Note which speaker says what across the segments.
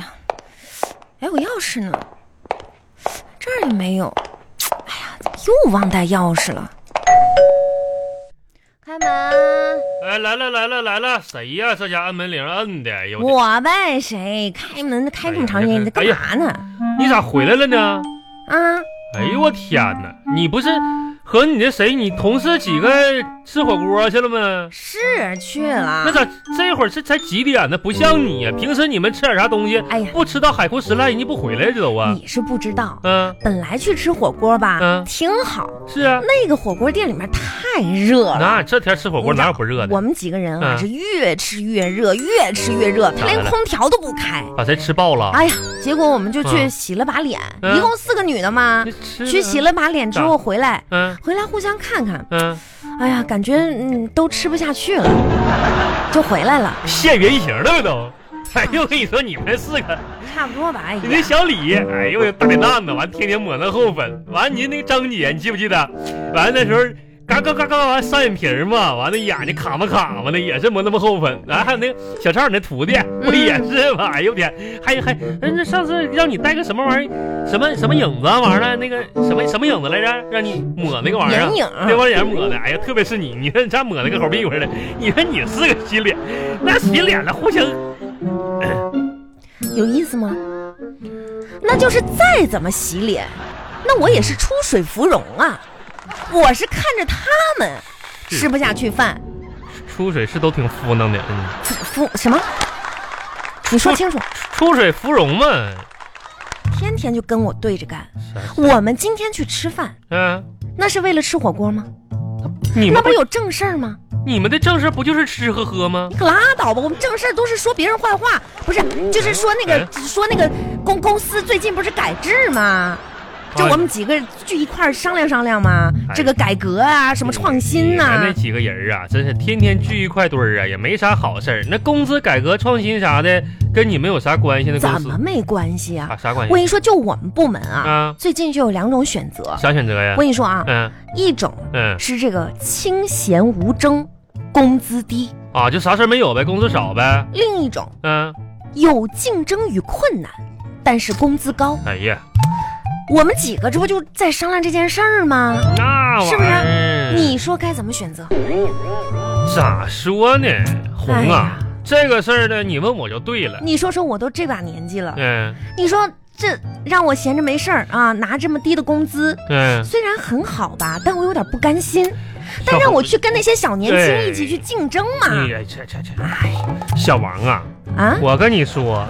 Speaker 1: 啊哎，我钥匙呢？这儿也没有。哎呀，又忘带钥匙了。开门！
Speaker 2: 哎，来了来了来了，谁呀？这家按门铃摁的，哎呦我的
Speaker 1: 我呗，谁开门？开这么长时
Speaker 2: 哎
Speaker 1: 间，你在干嘛呢？
Speaker 2: 你咋回来了呢？
Speaker 1: 啊，
Speaker 2: 哎呦我天哪，你不是和你那谁，你同事几个吃火锅去了吗？
Speaker 1: 是去
Speaker 2: 那
Speaker 1: 了。
Speaker 2: 咋这会儿这才几点呢？不像你
Speaker 1: 嗯
Speaker 2: 呀、平时你们吃点啥东西，
Speaker 1: 哎呀
Speaker 2: 不吃到海枯石烂，人家不回来这都啊。
Speaker 1: 你是不知道，
Speaker 2: 嗯、
Speaker 1: 本来去吃火锅吧
Speaker 2: 嗯，
Speaker 1: 挺好。
Speaker 2: 是啊，
Speaker 1: 那个火锅店里面太热了。
Speaker 2: 那这天吃火锅哪有不热的？
Speaker 1: 我们几个人啊，
Speaker 2: 嗯
Speaker 1: 是越吃越热，越吃越热，他连
Speaker 2: 咋的
Speaker 1: 空调都不开。
Speaker 2: 把谁吃爆了？
Speaker 1: 哎呀，结果我们就去
Speaker 2: 嗯
Speaker 1: 洗了把脸，
Speaker 2: 嗯
Speaker 1: 一共四个女的嘛，
Speaker 2: 你吃
Speaker 1: 去洗。了把脸之后回来，
Speaker 2: 嗯
Speaker 1: 回来互相看看，
Speaker 2: 嗯，
Speaker 1: 哎呀，感觉嗯都吃不下去了，就回来了，
Speaker 2: 现原形了都。哎呦，我跟你说，你们四个，
Speaker 1: 差不多吧，哎
Speaker 2: 你那
Speaker 1: 呀，
Speaker 2: 小李，哎呦，大脸蛋子，完天天抹那厚粉，完你那个张姐，你记不记得？完那时候。嘎嘎嘎嘎！完上眼皮儿嘛，完了眼睛卡嘛卡嘛的，也是抹那么厚粉。然后还有那个小赵你那徒弟，
Speaker 1: 嗯
Speaker 2: 不也是吗？哎呦我天，还还哎那上次让你带个什么玩意儿，什么什么影子啊玩意儿，那个什么什么影子来着？让你抹那个玩意儿啊。
Speaker 1: 眼影，
Speaker 2: 那帮人抹的，哎呀，特别是你，你说你咋抹那个猴屁股似的？你说你是个洗脸，那洗脸了互相
Speaker 1: 有意思吗？那就是再怎么洗脸，那我也是出水芙蓉啊，我是看着他们
Speaker 2: 是
Speaker 1: 吃不下去饭，
Speaker 2: 出水是都挺敷弄的，嗯，
Speaker 1: 服什么？你说清楚，
Speaker 2: 出水芙蓉嘛，
Speaker 1: 天天就跟我对着干。
Speaker 2: 啥
Speaker 1: 我们今天去吃饭，
Speaker 2: 嗯，
Speaker 1: 那是为了吃火锅吗？
Speaker 2: 你
Speaker 1: 那
Speaker 2: 们
Speaker 1: 不有正事儿吗？
Speaker 2: 你们的正事不就是吃喝喝吗？
Speaker 1: 你可拉倒吧！我们正事儿都是说别人坏话，不是，
Speaker 2: 嗯
Speaker 1: 就是说那个、
Speaker 2: 哎
Speaker 1: 说那个公公司最近不是改制吗？就我们几个聚一块儿商量商量嘛，
Speaker 2: 哎
Speaker 1: 这个改革啊，什么创新呐、
Speaker 2: 你们那几个人啊，真是天天聚一块堆儿啊，也没啥好事儿。那工资改革、创新啥的，跟你们有啥关系呢？公
Speaker 1: 怎
Speaker 2: 司
Speaker 1: 么没关系啊
Speaker 2: 啊，？啥关
Speaker 1: 我
Speaker 2: 系
Speaker 1: 跟你说，就我们部门啊，
Speaker 2: 啊？
Speaker 1: 最近就有两种选择。
Speaker 2: 啥选择呀
Speaker 1: 我？跟你说啊，
Speaker 2: 哎嗯
Speaker 1: 一种
Speaker 2: 嗯
Speaker 1: 是这个清闲无争，工资低；
Speaker 2: 啊，就啥事儿没有呗，工资少呗，
Speaker 1: 另一种
Speaker 2: 嗯，
Speaker 1: 有竞争与困难，但是工资高。
Speaker 2: 哎呀，
Speaker 1: 我们几个这不就在商量这件事儿吗？
Speaker 2: 那玩意
Speaker 1: 是不是
Speaker 2: 儿
Speaker 1: 你说该怎么选择？
Speaker 2: 咋说呢，红
Speaker 1: 哎
Speaker 2: 啊
Speaker 1: 呀，
Speaker 2: 这个事儿呢，你问我就对了。
Speaker 1: 你说说，我都这把年纪了，
Speaker 2: 嗯
Speaker 1: 你说这让我闲着没事儿啊，拿这么低的工资，
Speaker 2: 嗯，
Speaker 1: 虽然很好吧，但我有点不甘心。但
Speaker 2: 小
Speaker 1: 让
Speaker 2: 红
Speaker 1: 我去跟那些小年轻
Speaker 2: 对
Speaker 1: 一起去竞争嘛？
Speaker 2: 你这这这，哎小王啊，
Speaker 1: 啊，
Speaker 2: 我跟你说，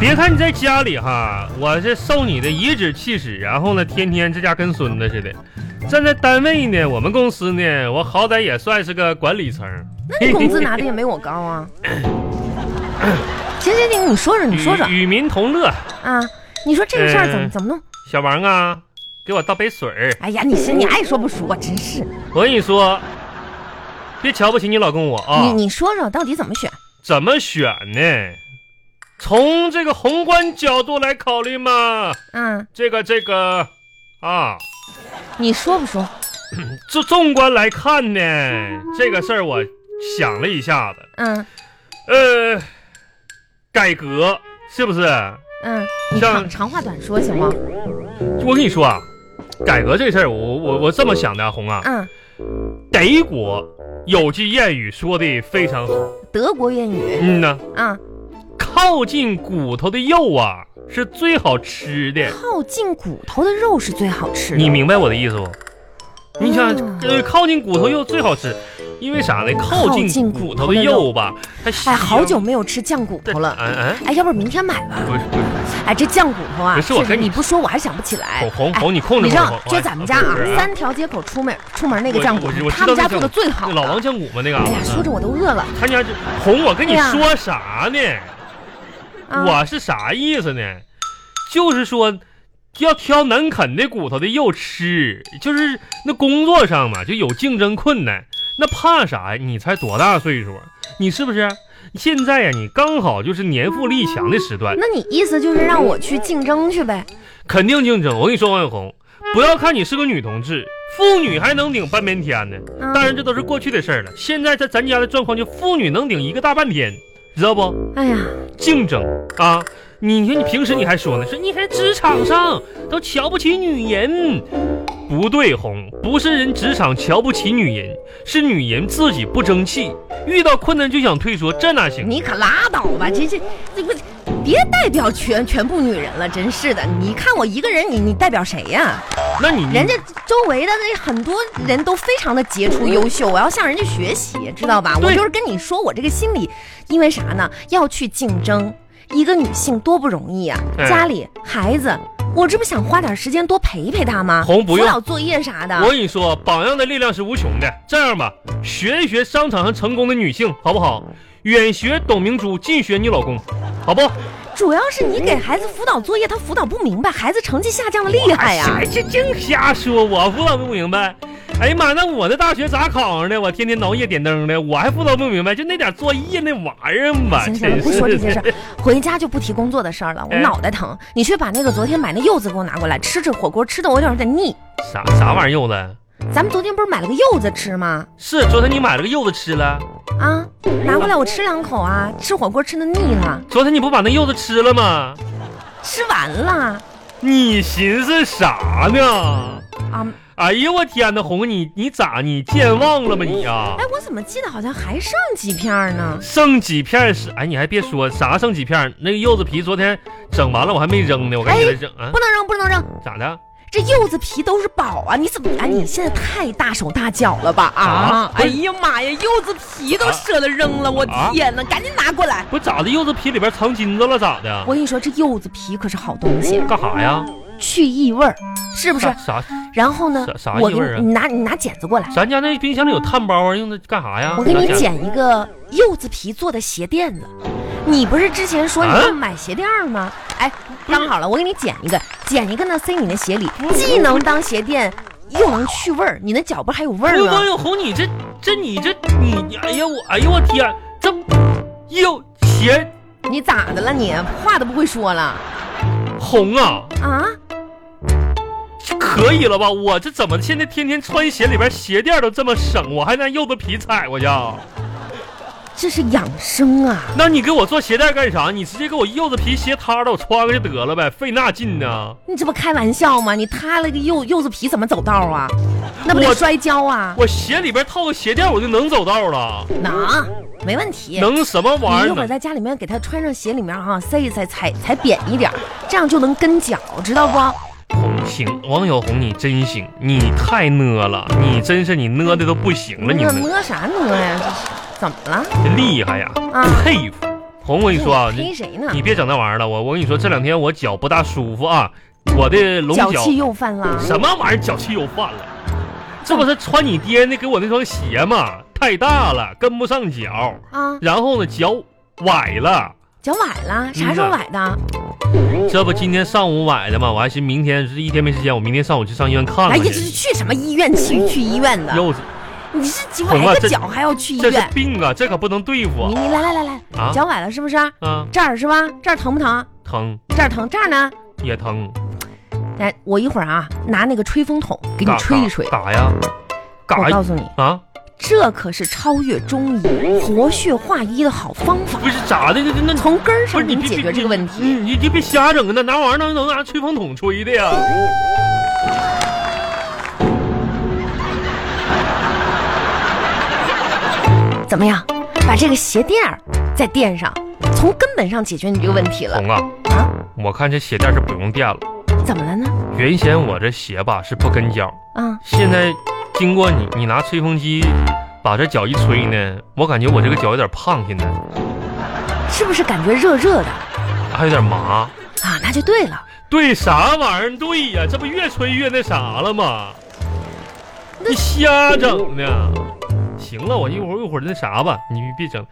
Speaker 2: 别看你在家里哈，我这受你的颐指气使，然后呢，天天这家跟孙子似的。站在单位呢，我们公司呢，我好歹也算是个管理层。
Speaker 1: 那你工资拿的也没我高啊。行行行，你说说，你说说
Speaker 2: 与与民同乐。
Speaker 1: 啊，你说这个事儿怎么
Speaker 2: 嗯
Speaker 1: 怎么弄？
Speaker 2: 小王啊，给我倒杯水儿。
Speaker 1: 哎呀，你行，你爱说不说，真是。
Speaker 2: 我跟你说，别瞧不起你老公我啊。
Speaker 1: 你你说说，到底怎么选？
Speaker 2: 怎么选呢？从这个宏观角度来考虑嘛，
Speaker 1: 啊，
Speaker 2: 这个这个啊，
Speaker 1: 你说不说？
Speaker 2: 这纵观来 看呢，这个事儿我想了一下子，
Speaker 1: 嗯
Speaker 2: 呃，改革是不是？
Speaker 1: 嗯，你
Speaker 2: 像
Speaker 1: 长长话短说行吗？
Speaker 2: 我跟你说啊，改革这事儿，我我我这么想的、啊，红啊，
Speaker 1: 嗯。
Speaker 2: 德国有句谚语说的非常好，
Speaker 1: 德国谚语
Speaker 2: 嗯呐，
Speaker 1: 啊，
Speaker 2: 靠近骨头的肉啊是最好吃的。
Speaker 1: 靠近骨头的肉是最好吃的。
Speaker 2: 你明白我的意思不？你想
Speaker 1: 嗯，
Speaker 2: 呃，靠近骨头肉最好吃，因为啥呢？靠
Speaker 1: 靠近
Speaker 2: 近
Speaker 1: 骨
Speaker 2: 骨
Speaker 1: 头
Speaker 2: 头
Speaker 1: 的
Speaker 2: 的
Speaker 1: 肉
Speaker 2: 肉吧，它
Speaker 1: 哎，
Speaker 2: 香
Speaker 1: 好久没有吃酱骨头了。
Speaker 2: 嗯嗯，
Speaker 1: 哎，要不然明天买吧。
Speaker 2: 不是不是，
Speaker 1: 哎，这酱骨头啊，
Speaker 2: 不是我
Speaker 1: 确实
Speaker 2: 跟你
Speaker 1: 你不说我还想不起来
Speaker 2: 红。红
Speaker 1: 哎
Speaker 2: 红，你控制
Speaker 1: 你知
Speaker 2: 控制
Speaker 1: 道
Speaker 2: 红，
Speaker 1: 就咱们家啊，三条街口出门出门那个酱骨
Speaker 2: 我
Speaker 1: 头，
Speaker 2: 我我知
Speaker 1: 他
Speaker 2: 道
Speaker 1: 们家
Speaker 2: 那酱
Speaker 1: 做的最好
Speaker 2: 那
Speaker 1: 的。
Speaker 2: 老王酱骨嘛那个，啊
Speaker 1: 哎呀，说着我都饿了
Speaker 2: 他家就红，我跟你
Speaker 1: 哎呀
Speaker 2: 说啥呢？
Speaker 1: 啊！
Speaker 2: 我是啥意思呢？就是说。要挑难啃的骨头的肉吃，就是那工作上嘛，就有竞争困难。那怕啥呀？你才多大岁数啊？你是不是？现在呀、你刚好就是年富力强的时段，
Speaker 1: 那你意思就是让我去竞争去呗？
Speaker 2: 肯定竞争。我跟你说，王永红，不要看你是个女同志，妇女还能顶半边天呢。
Speaker 1: 啊
Speaker 2: 当然，这都是过去的事儿了。现在在咱家的状况，就妇女能顶一个大半天，知道不？
Speaker 1: 哎呀，
Speaker 2: 竞争啊，你说你平时你还说呢，说你看职场上都瞧不起女人，不对，红不是人职场瞧不起女人，是女人自己不争气，遇到困难就想退缩，这哪行？
Speaker 1: 你可拉倒吧，这这这不，别代表全全部女人了，真是的。你看我一个人，你你代表谁呀、
Speaker 2: 那你
Speaker 1: 人家周围的那很多人都非常的杰出优秀，我要向人家学习，知道吧？
Speaker 2: 对
Speaker 1: 我就是跟你说，我这个心理，因为啥呢？要去竞争，一个女性多不容易啊！
Speaker 2: 嗯
Speaker 1: 家里孩子，我这不想花点时间多陪陪她吗？
Speaker 2: 红不
Speaker 1: 辅
Speaker 2: 用
Speaker 1: 导作业啥的
Speaker 2: 我。跟你说，榜样的力量是无穷的。这样吧，学一学商场上成功的女性，好不好？远学董明珠，近学你老公，好不？
Speaker 1: 主要是你给孩子辅导作业，他辅导不明白，孩子成绩下降的厉害呀、
Speaker 2: 哎这净瞎说，我辅导不明白。哎呀妈，那我那大学咋考上的？我天天熬夜点灯的，我还辅导不明白，就那点作业那玩意儿嘛。
Speaker 1: 行行了，
Speaker 2: 真
Speaker 1: 不
Speaker 2: 是
Speaker 1: 说这
Speaker 2: 的
Speaker 1: 些事儿，回家就不提工作的事儿了。我
Speaker 2: 哎
Speaker 1: 脑袋疼，你去把那个昨天买那柚子给我拿过来，吃着火锅吃的我有点儿有点腻。
Speaker 2: 啥啥玩意儿柚子？
Speaker 1: 咱们昨天不是买了个柚子吃吗？
Speaker 2: 是昨天你买了个柚子吃了，
Speaker 1: 啊，拿过来我吃两口啊，吃火锅吃的腻了，
Speaker 2: 昨天你不把那柚子吃了吗？
Speaker 1: 吃完了
Speaker 2: 你寻思啥呢？
Speaker 1: 啊，
Speaker 2: 哎呦我天呐，红你你咋你健忘了吧你啊？
Speaker 1: 哎，我怎么记得好像还剩几片儿呢？
Speaker 2: 剩几片儿是？哎，你还别说，啥剩几片儿？那个柚子皮昨天整完了，我还没扔呢，我赶紧给它扔啊
Speaker 1: 不！能扔，不能扔，
Speaker 2: 咋的？
Speaker 1: 这柚子皮都是宝啊！你怎么啊？你现在太大手大脚了吧？
Speaker 2: 啊
Speaker 1: 啊！哎呀妈呀，柚子皮都舍得扔了，我
Speaker 2: 啊
Speaker 1: 天哪！赶紧拿过来！
Speaker 2: 不咋的，柚子皮里边藏金子了咋的
Speaker 1: 我？跟你说，这柚子皮可是好东西，啊
Speaker 2: 干啥呀？
Speaker 1: 去异味儿，是不是
Speaker 2: 啥？啥？
Speaker 1: 然后呢
Speaker 2: 啥啥，
Speaker 1: 我
Speaker 2: 异
Speaker 1: 给
Speaker 2: 味儿啊
Speaker 1: 你你拿你拿剪子过来，
Speaker 2: 咱家那冰箱里有炭包啊，用它干啥呀？
Speaker 1: 我给你
Speaker 2: 拿剪
Speaker 1: 剪一个柚子皮做的鞋垫子。你不是之前说你
Speaker 2: 啊
Speaker 1: 要买鞋垫儿吗？哎，刚好了，我给你剪一个，剪一个呢塞你那鞋里，既能当鞋垫，又能去味儿，你那脚不还有味儿
Speaker 2: 不光
Speaker 1: 吗？
Speaker 2: 有哎红，你这这你这你你哎呀我哎呀我天，这柚鞋
Speaker 1: 你咋的了你？话都不会说了
Speaker 2: 红啊，
Speaker 1: 啊？
Speaker 2: 可以了吧？我这怎么现在天天穿鞋里边鞋垫都这么省，我还拿柚子皮踩过去啊？
Speaker 1: 这是养生啊！
Speaker 2: 那你给我做鞋带干啥？你直接给我柚子皮鞋塌了，我穿过去得了呗，费那劲呢？
Speaker 1: 你这不开玩笑吗？你塌了个柚柚子皮怎么走道啊？那不得
Speaker 2: 我
Speaker 1: 摔跤啊？
Speaker 2: 我鞋里边套个鞋垫，我就能走道了，
Speaker 1: 能，没问题。
Speaker 2: 能什么玩
Speaker 1: 你
Speaker 2: 意
Speaker 1: 一
Speaker 2: 儿
Speaker 1: 会儿
Speaker 2: 呢？
Speaker 1: 在家里面给它穿上鞋里面哈、塞一塞，踩踩扁一点儿，这样就能跟脚，知道不？
Speaker 2: 红行，王小红你真行，你太呢了，你真是你呢的都不行了，你
Speaker 1: 那
Speaker 2: 呢
Speaker 1: 摸啥摸呀？这是怎么了？
Speaker 2: 厉害呀，
Speaker 1: 啊
Speaker 2: 佩服。红，我跟你说啊，
Speaker 1: 黑
Speaker 2: 你
Speaker 1: 谁呢？
Speaker 2: 你别整那玩意儿了，我我跟你说，这两天我脚不大舒服啊，我的龙
Speaker 1: 脚
Speaker 2: 脚
Speaker 1: 气又犯了。
Speaker 2: 什么玩意儿脚气又犯了，这不是穿你爹那给我那双鞋吗？太大了，跟不上脚。
Speaker 1: 啊，
Speaker 2: 然后呢，脚崴了，
Speaker 1: 脚崴了，啥
Speaker 2: 嗯
Speaker 1: 时候崴
Speaker 2: 啊
Speaker 1: 的？
Speaker 2: 这不今天上午崴的吗？我还寻思明天是一天没时间，我明天上午去上医院看
Speaker 1: 哎
Speaker 2: 看
Speaker 1: 呀，这
Speaker 2: 去。
Speaker 1: 是去什么医院？去去医院的？
Speaker 2: 柚子，
Speaker 1: 你是
Speaker 2: 红啊
Speaker 1: 崴
Speaker 2: 这
Speaker 1: 个脚还要去医
Speaker 2: 这是
Speaker 1: 院？
Speaker 2: 病啊，这可不能对付
Speaker 1: 你
Speaker 2: 啊
Speaker 1: 你来来来来
Speaker 2: 啊
Speaker 1: 来，脚崴了是不是？
Speaker 2: 啊！
Speaker 1: 这儿是吧？这儿疼不疼？
Speaker 2: 疼
Speaker 1: 这儿疼，这儿呢？
Speaker 2: 也疼，
Speaker 1: 来，我一会儿啊，拿那个吹风筒给你
Speaker 2: 嘎
Speaker 1: 吹一吹。
Speaker 2: 嘎嘎呀，嘎
Speaker 1: 我
Speaker 2: 呀
Speaker 1: 告诉你，
Speaker 2: 啊！
Speaker 1: 这可是超越中医、活血化医的好方法，
Speaker 2: 不是咋的？这这那
Speaker 1: 从根儿
Speaker 2: 不
Speaker 1: 上
Speaker 2: 是
Speaker 1: 给
Speaker 2: 你
Speaker 1: 你
Speaker 2: 别
Speaker 1: 解决这个问题。
Speaker 2: 你你你别瞎整啊！那拿玩意儿能能拿吹风筒吹的呀？嗯
Speaker 1: 怎么样？把这个鞋垫儿再垫上，从根本上解决你这个问题了
Speaker 2: 红啊，
Speaker 1: 啊？
Speaker 2: 我看这鞋垫是不用垫了。
Speaker 1: 怎么了呢？
Speaker 2: 原先我这鞋吧是不跟脚，
Speaker 1: 啊，
Speaker 2: 现在经过你你拿吹风机把这脚一吹呢，我感觉我这个脚有点胖，现在
Speaker 1: 是不是感觉热热的
Speaker 2: 还有点麻。
Speaker 1: 啊？那就对了，
Speaker 2: 对啥玩意儿？对呀，这不越吹越那啥了吗？
Speaker 1: 那
Speaker 2: 你瞎整呢？行了，我一会儿一会儿那啥吧，你别整。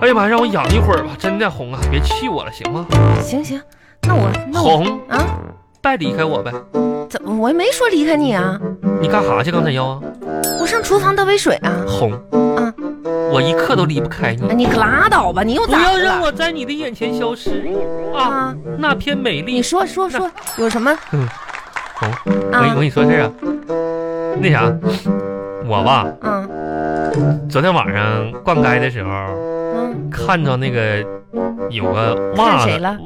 Speaker 2: 哎呀妈，让我养一会儿吧，真的红啊，别气我了，行吗？
Speaker 1: 行行，那我那我
Speaker 2: 红，
Speaker 1: 啊，
Speaker 2: 别离开我呗。
Speaker 1: 怎么我也没说离开你啊？
Speaker 2: 你干啥去？刚才要啊？
Speaker 1: 我上厨房倒杯水啊。
Speaker 2: 红，
Speaker 1: 啊，
Speaker 2: 我一刻都离不开你
Speaker 1: 啊，你可拉倒吧，你又
Speaker 2: 不
Speaker 1: 咋
Speaker 2: 要
Speaker 1: 的
Speaker 2: 让
Speaker 1: 了？
Speaker 2: 我在你的眼前消失啊！
Speaker 1: 啊，
Speaker 2: 那嗯片美丽
Speaker 1: 你说说说有什么
Speaker 2: 红，我跟我
Speaker 1: 啊
Speaker 2: 跟你说事儿啊，那啥，我吧，
Speaker 1: 啊
Speaker 2: 昨天晚上逛街的时候，
Speaker 1: 嗯
Speaker 2: 看着那个有个袜
Speaker 1: 看
Speaker 2: 子
Speaker 1: 谁了，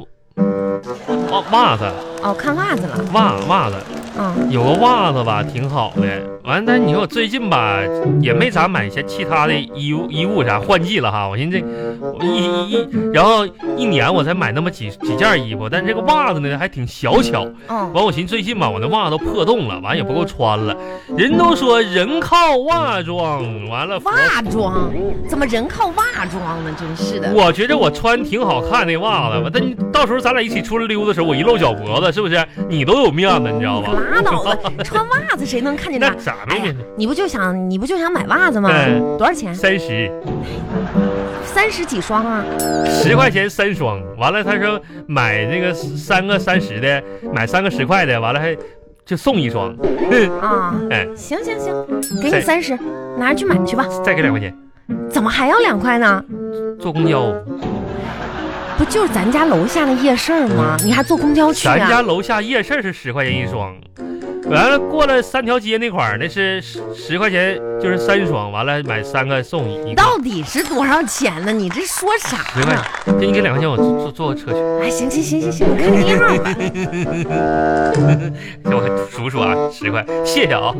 Speaker 2: 袜袜子，
Speaker 1: 哦，看袜子了，
Speaker 2: 袜袜子，
Speaker 1: 嗯
Speaker 2: 有个袜子吧，挺好的。完，但你说我最近吧，也没咋买些其他的衣物衣物啥，换季了哈。我寻思这我一一，然后一年我才买那么几几件衣服，但这个袜子呢还挺小巧。
Speaker 1: 嗯，
Speaker 2: 完，我寻思最近吧，我那袜子都破洞了，完也不够穿了。人都说人靠袜装，完了佛
Speaker 1: 袜装，怎么人靠袜装呢？真是的，
Speaker 2: 我觉着我穿挺好看那袜子吧，但你到时候咱俩一起出来溜达的时候，我一露脚脖子，是不是？你都有面子，你知道吧？
Speaker 1: 拉倒吧，穿袜子谁能看见
Speaker 2: 那
Speaker 1: 他？
Speaker 2: 咋没
Speaker 1: 哎呀
Speaker 2: 面子？，
Speaker 1: 你不就想你不就想买袜子吗？
Speaker 2: 嗯
Speaker 1: 多少钱？
Speaker 2: 三十，
Speaker 1: 三十几双啊？
Speaker 2: 十块钱三双。完了，他说买那个三个三十的，买三个十块的，完了还就送一双。哼
Speaker 1: 啊，
Speaker 2: 哎，
Speaker 1: 行行行，给你
Speaker 2: 谁
Speaker 1: 三十，拿着去买去吧。
Speaker 2: 再给两块钱，
Speaker 1: 怎么还要两块呢？
Speaker 2: 坐公交。
Speaker 1: 不就是咱家楼下那夜市儿吗？你还坐公交去
Speaker 2: 咱
Speaker 1: 啊？
Speaker 2: 家楼下夜市是十块钱一双，完了过了三条街那块儿，那是十十块钱就是三双，完了买三个送一个。
Speaker 1: 到底是多少钱呢？你这说啥
Speaker 2: 明白
Speaker 1: 呢？，
Speaker 2: 这你给两块钱，我坐坐个车去。
Speaker 1: 哎，行行行行行，我看你样儿 吧。
Speaker 2: 给我数数啊，十块，谢谢啊。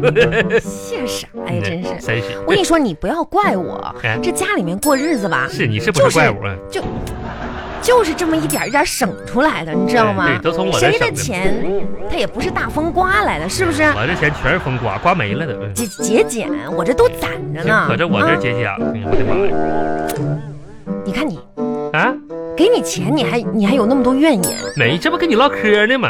Speaker 1: 谢啥哎呀？真是，
Speaker 2: 三十，
Speaker 1: 我跟你说，你不要怪我
Speaker 2: 嗯哎，
Speaker 1: 这家里面过日子吧，
Speaker 2: 是你是不是怪我？啊
Speaker 1: 就是这么一点儿一点儿省出来的，你知道吗
Speaker 2: 哎？对都从我这
Speaker 1: 谁的
Speaker 2: 省的
Speaker 1: 钱，他也不是大风刮来的，是不是？啊
Speaker 2: 我这钱全是风刮，刮没了都。
Speaker 1: 节节俭，我这都攒着呢。
Speaker 2: 可这我这
Speaker 1: 啊
Speaker 2: 节俭，哎呦我的妈呀！
Speaker 1: 你看你，
Speaker 2: 啊，
Speaker 1: 给你钱，你还你还有那么多怨言，
Speaker 2: 没，这不跟你唠嗑呢吗？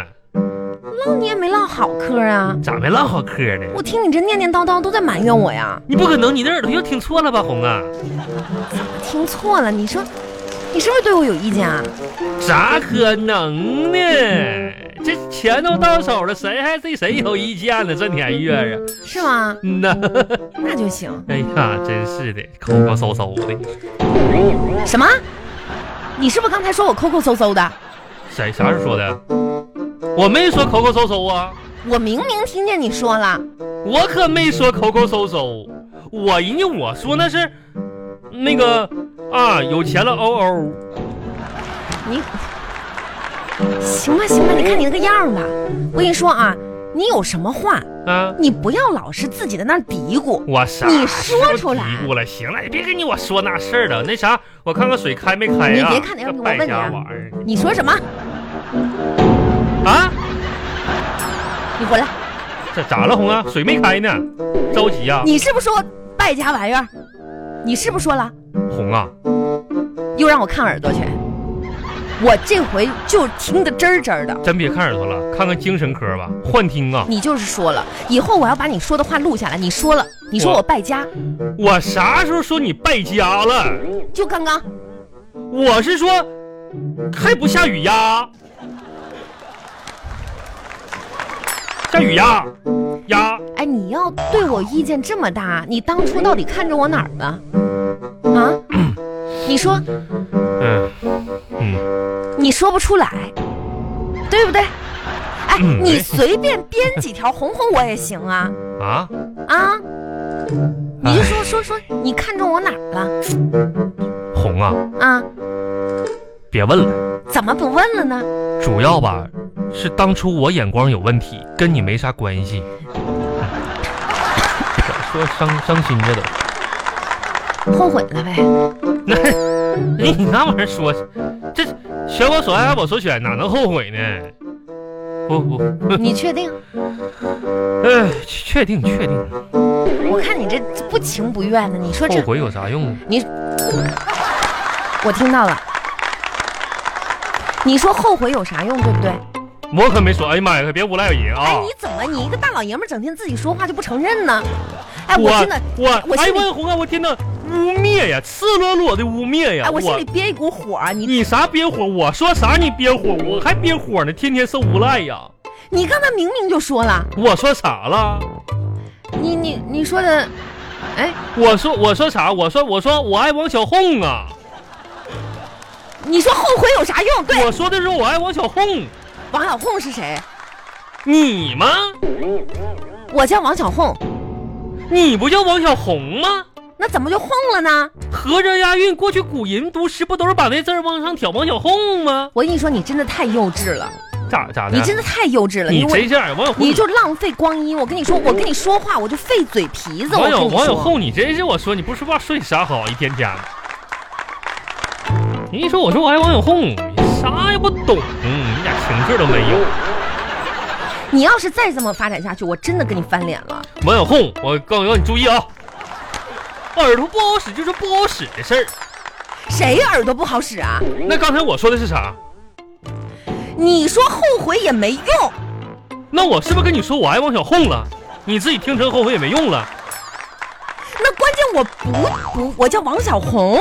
Speaker 1: 唠你也没唠好嗑啊！
Speaker 2: 咋没唠好嗑呢？
Speaker 1: 我听你这念念叨叨都在埋怨我呀，
Speaker 2: 你不可能，你的耳朵又听错了吧，红啊？
Speaker 1: 听错了，你说你是不是对我有意见啊？
Speaker 2: 咋可能呢？这钱都到手了，谁还对谁有意见呢？这年月啊，
Speaker 1: 是吗？
Speaker 2: 嗯呐，
Speaker 1: 那就行。
Speaker 2: 哎呀，真是的，抠抠搜搜的，
Speaker 1: 什么？你是不是刚才说我抠抠搜搜的？
Speaker 2: 谁啥时候说的？我没说抠抠搜搜啊。
Speaker 1: 我明明听见你说了，
Speaker 2: 我可没说抠抠搜搜，我人家我说那是那个啊，有钱了哦哦，
Speaker 1: 你行吧行吧，你看你那个样儿吧。我跟你说啊，你有什么话，
Speaker 2: 啊，
Speaker 1: 你不要老是自己在那儿嘀咕。
Speaker 2: 我啥？
Speaker 1: 你说出来
Speaker 2: 嘀咕了，行了，你别跟你我说那事儿了。那啥，我看看水开没开呀、
Speaker 1: 你别看那样
Speaker 2: 这
Speaker 1: 我
Speaker 2: 败
Speaker 1: 问你
Speaker 2: 家
Speaker 1: 啊
Speaker 2: 玩意
Speaker 1: 你说什么？
Speaker 2: 儿啊，
Speaker 1: 你回来。
Speaker 2: 这咋了，红啊？水没开呢，着急呀、
Speaker 1: 你是不是说败家玩意儿？你是不是说了？
Speaker 2: 红啊，
Speaker 1: 又让我看耳朵去？我这回就听得真儿真儿的。
Speaker 2: 真别看耳朵了，看看精神科吧，幻听啊。
Speaker 1: 你就是说了，以后我要把你说的话录下来。你说了，你说
Speaker 2: 我
Speaker 1: 我败家，
Speaker 2: 我啥时候说你败家了？
Speaker 1: 就刚刚
Speaker 2: 我是说，还不下雨呀？下雨呀？呀？
Speaker 1: 哎，你要对我意见这么大，你当初到底看着我哪儿了？啊？你说，
Speaker 2: 嗯嗯，
Speaker 1: 你说不出来，对不对？哎，
Speaker 2: 嗯
Speaker 1: 你
Speaker 2: 对
Speaker 1: 随便编几条哄哄我也行啊
Speaker 2: 啊？
Speaker 1: 啊！你就说说说，你看中我哪儿了
Speaker 2: 红啊，
Speaker 1: 啊？
Speaker 2: 别问了，
Speaker 1: 怎么不问了呢？
Speaker 2: 主要吧是当初我眼光有问题，跟你没啥关系。 说伤伤心这都，
Speaker 1: 后悔了呗？
Speaker 2: 那 你那玩意儿说，这选我所爱，爱我所选，哪能后悔呢？不不，
Speaker 1: 你确定？
Speaker 2: 哎，确定确定，
Speaker 1: 我看你这不情不愿的，你说
Speaker 2: 后
Speaker 1: 这
Speaker 2: 悔有啥用啊？
Speaker 1: 我听到了。你说后悔有啥用，对不对？
Speaker 2: 我可没说，哎呀妈呀，可别无赖我爷啊！
Speaker 1: 哎，你怎么你一个大老爷们儿整天自己说话就不承认呢？哎，我真的，
Speaker 2: 我
Speaker 1: 我
Speaker 2: 哎
Speaker 1: 心里
Speaker 2: 呀妈呀，红啊，我天呐，污蔑呀，赤裸裸的污蔑呀！
Speaker 1: 哎，我心里憋一股火儿。你
Speaker 2: 你啥憋火？我说啥你憋火？我还憋火呢，天天受无赖呀！
Speaker 1: 你刚才明明就说了，
Speaker 2: 我说啥了？
Speaker 1: 你你你说的，哎，
Speaker 2: 我说我说啥？我说我说我爱王小红啊！
Speaker 1: 你说后悔有啥用？对，
Speaker 2: 我说的是我爱王小红，
Speaker 1: 王小红是谁？
Speaker 2: 你吗？
Speaker 1: 我叫王小红，
Speaker 2: 你不叫王小红吗？
Speaker 1: 那怎么就哄了呢？
Speaker 2: 合着押韵，过去古人读诗不都是把那字儿往上挑，往小哄吗？
Speaker 1: 我跟你说，你真的太幼稚了，
Speaker 2: 咋咋的？
Speaker 1: 你真的太幼稚了，
Speaker 2: 你
Speaker 1: 因为
Speaker 2: 谁这样？网友
Speaker 1: 你就浪费光阴。我跟你说，我跟你说话我就费嘴皮子。我
Speaker 2: 网友
Speaker 1: 跟你
Speaker 2: 网友
Speaker 1: 说，
Speaker 2: 哄你，真是我说你不说话说你啥好？一天天的，你一说我说我还网友哄，你啥也不懂，嗯，一点情趣都没有。
Speaker 1: 嗯你要是再这么发展下去，我真的跟你翻脸了。
Speaker 2: 网友哄，我告诉你注意啊，耳朵不好使就是不好使的事儿。
Speaker 1: 谁耳朵不好使啊？
Speaker 2: 那刚才我说的是啥？
Speaker 1: 你说后悔也没用，
Speaker 2: 那我是不是跟你说我爱王小哄了？你自己听成后悔也没用了。
Speaker 1: 那关键我不不，我叫王小红。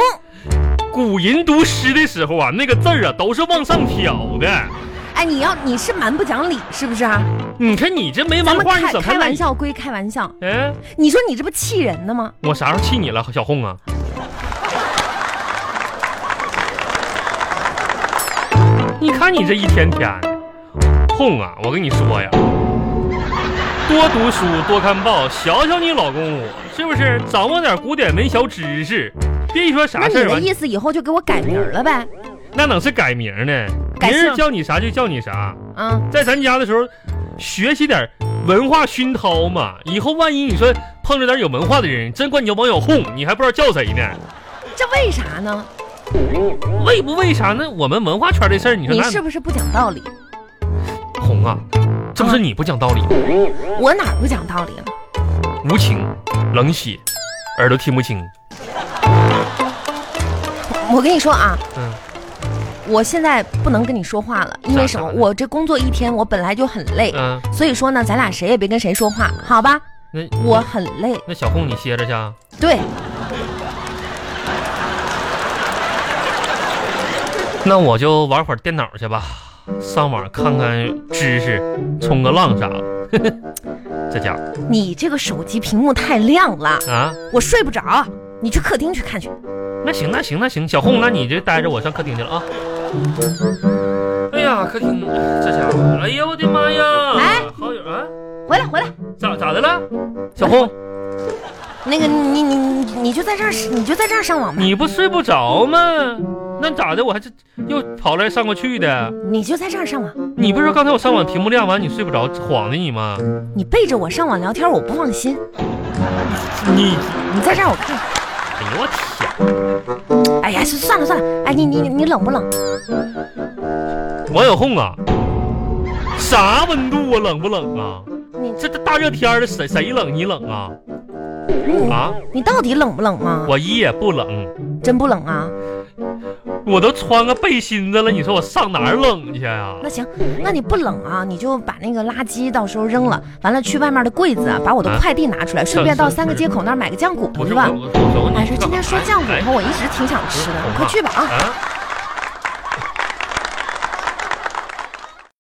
Speaker 2: 古人读诗的时候啊，那个字儿啊都是往上挑的。
Speaker 1: 哎，你要你是蛮不讲理是不是啊？
Speaker 2: 你看你这没
Speaker 1: 咱们
Speaker 2: 文化，你
Speaker 1: 开
Speaker 2: 怎么
Speaker 1: 开玩
Speaker 2: 能？
Speaker 1: 笑归开玩笑，
Speaker 2: 哎，
Speaker 1: 你说你这不气人呢吗？
Speaker 2: 我啥时候气你了，小哄啊？你看你这一天天的，哄啊！我跟你说呀，多读书，多看报，小小你老公我，是不是？掌握点古典文小知识，别一说
Speaker 1: 那
Speaker 2: 啥
Speaker 1: 你
Speaker 2: 事儿吧
Speaker 1: 的，意思以后就给我改名儿了呗？
Speaker 2: 那能是改名呢？
Speaker 1: 改
Speaker 2: 别人
Speaker 1: 姓
Speaker 2: 叫你啥就叫你啥。
Speaker 1: 啊，
Speaker 2: 在咱家的时候，学习点文化熏陶嘛。以后万一你说碰着点有文化的人，真管你叫网友哄，你还不知道叫谁呢。
Speaker 1: 这为啥呢？
Speaker 2: 为不为啥呢？我们文化圈的事儿，你说
Speaker 1: 你
Speaker 2: 那
Speaker 1: 是不是不讲道理？
Speaker 2: 红啊，这不是你不讲道理，
Speaker 1: 我哪儿不讲道理了？
Speaker 2: 无情、冷血，耳朵听不清。
Speaker 1: 我跟你说啊，
Speaker 2: 嗯，
Speaker 1: 我现在不能跟你说话了，因为什么？
Speaker 2: 咋的
Speaker 1: 我这工作一天，我本来就很累，
Speaker 2: 嗯，
Speaker 1: 所以说呢，咱俩谁也别跟谁说话，好吧？
Speaker 2: 那
Speaker 1: 我很累，
Speaker 2: 那小红你歇着去啊。
Speaker 1: 对，
Speaker 2: 那我就玩会儿电脑去吧，上网看看知识，冲个浪啥的。 这家伙
Speaker 1: 你这个手机屏幕太亮了，
Speaker 2: 啊，
Speaker 1: 我睡不着，你去客厅去看去。
Speaker 2: 那行，那行，那行，小红，那你就待着，我上客厅去了啊。哎呀，客厅这家伙，哎呀，我的妈呀！
Speaker 1: 哎，
Speaker 2: 好友啊，
Speaker 1: 回来，回来，
Speaker 2: 咋咋的了？小红，
Speaker 1: 那个你你你你就在这儿，你就在这儿上网吧，
Speaker 2: 你不睡不着吗？那咋的？我还是又跑来上过去的。
Speaker 1: 你就在这儿上网，
Speaker 2: 你不是说刚才我上网屏幕亮完你睡不着，晃的你吗？
Speaker 1: 你背着我上网聊天，我不放心。
Speaker 2: 你，
Speaker 1: 你在这儿我看，
Speaker 2: 哎呦我天！
Speaker 1: 哎呀，算了算了，哎，你你你冷不冷？
Speaker 2: 王小红啊，啥温度啊？冷不冷啊？
Speaker 1: 你
Speaker 2: 这这大热天的，谁谁冷你冷啊？
Speaker 1: 你
Speaker 2: 啊，
Speaker 1: 嗯你到底冷不冷吗？
Speaker 2: 我一也不冷。
Speaker 1: 真不冷啊。
Speaker 2: 我都穿个背心子了，你说我上哪儿冷去啊呀、
Speaker 1: 那行，那你不冷啊，你就把那个垃圾到时候扔了，完了去外面的柜子啊，把我的
Speaker 2: 啊
Speaker 1: 快递拿出来，顺便到三个街口那儿买个酱骨头哎
Speaker 2: 不
Speaker 1: 去
Speaker 2: 是我，
Speaker 1: 吧。
Speaker 2: 我我我
Speaker 1: 哎，说今天说酱骨头，我一直挺想吃的，你快去吧啊！
Speaker 2: 哎啊！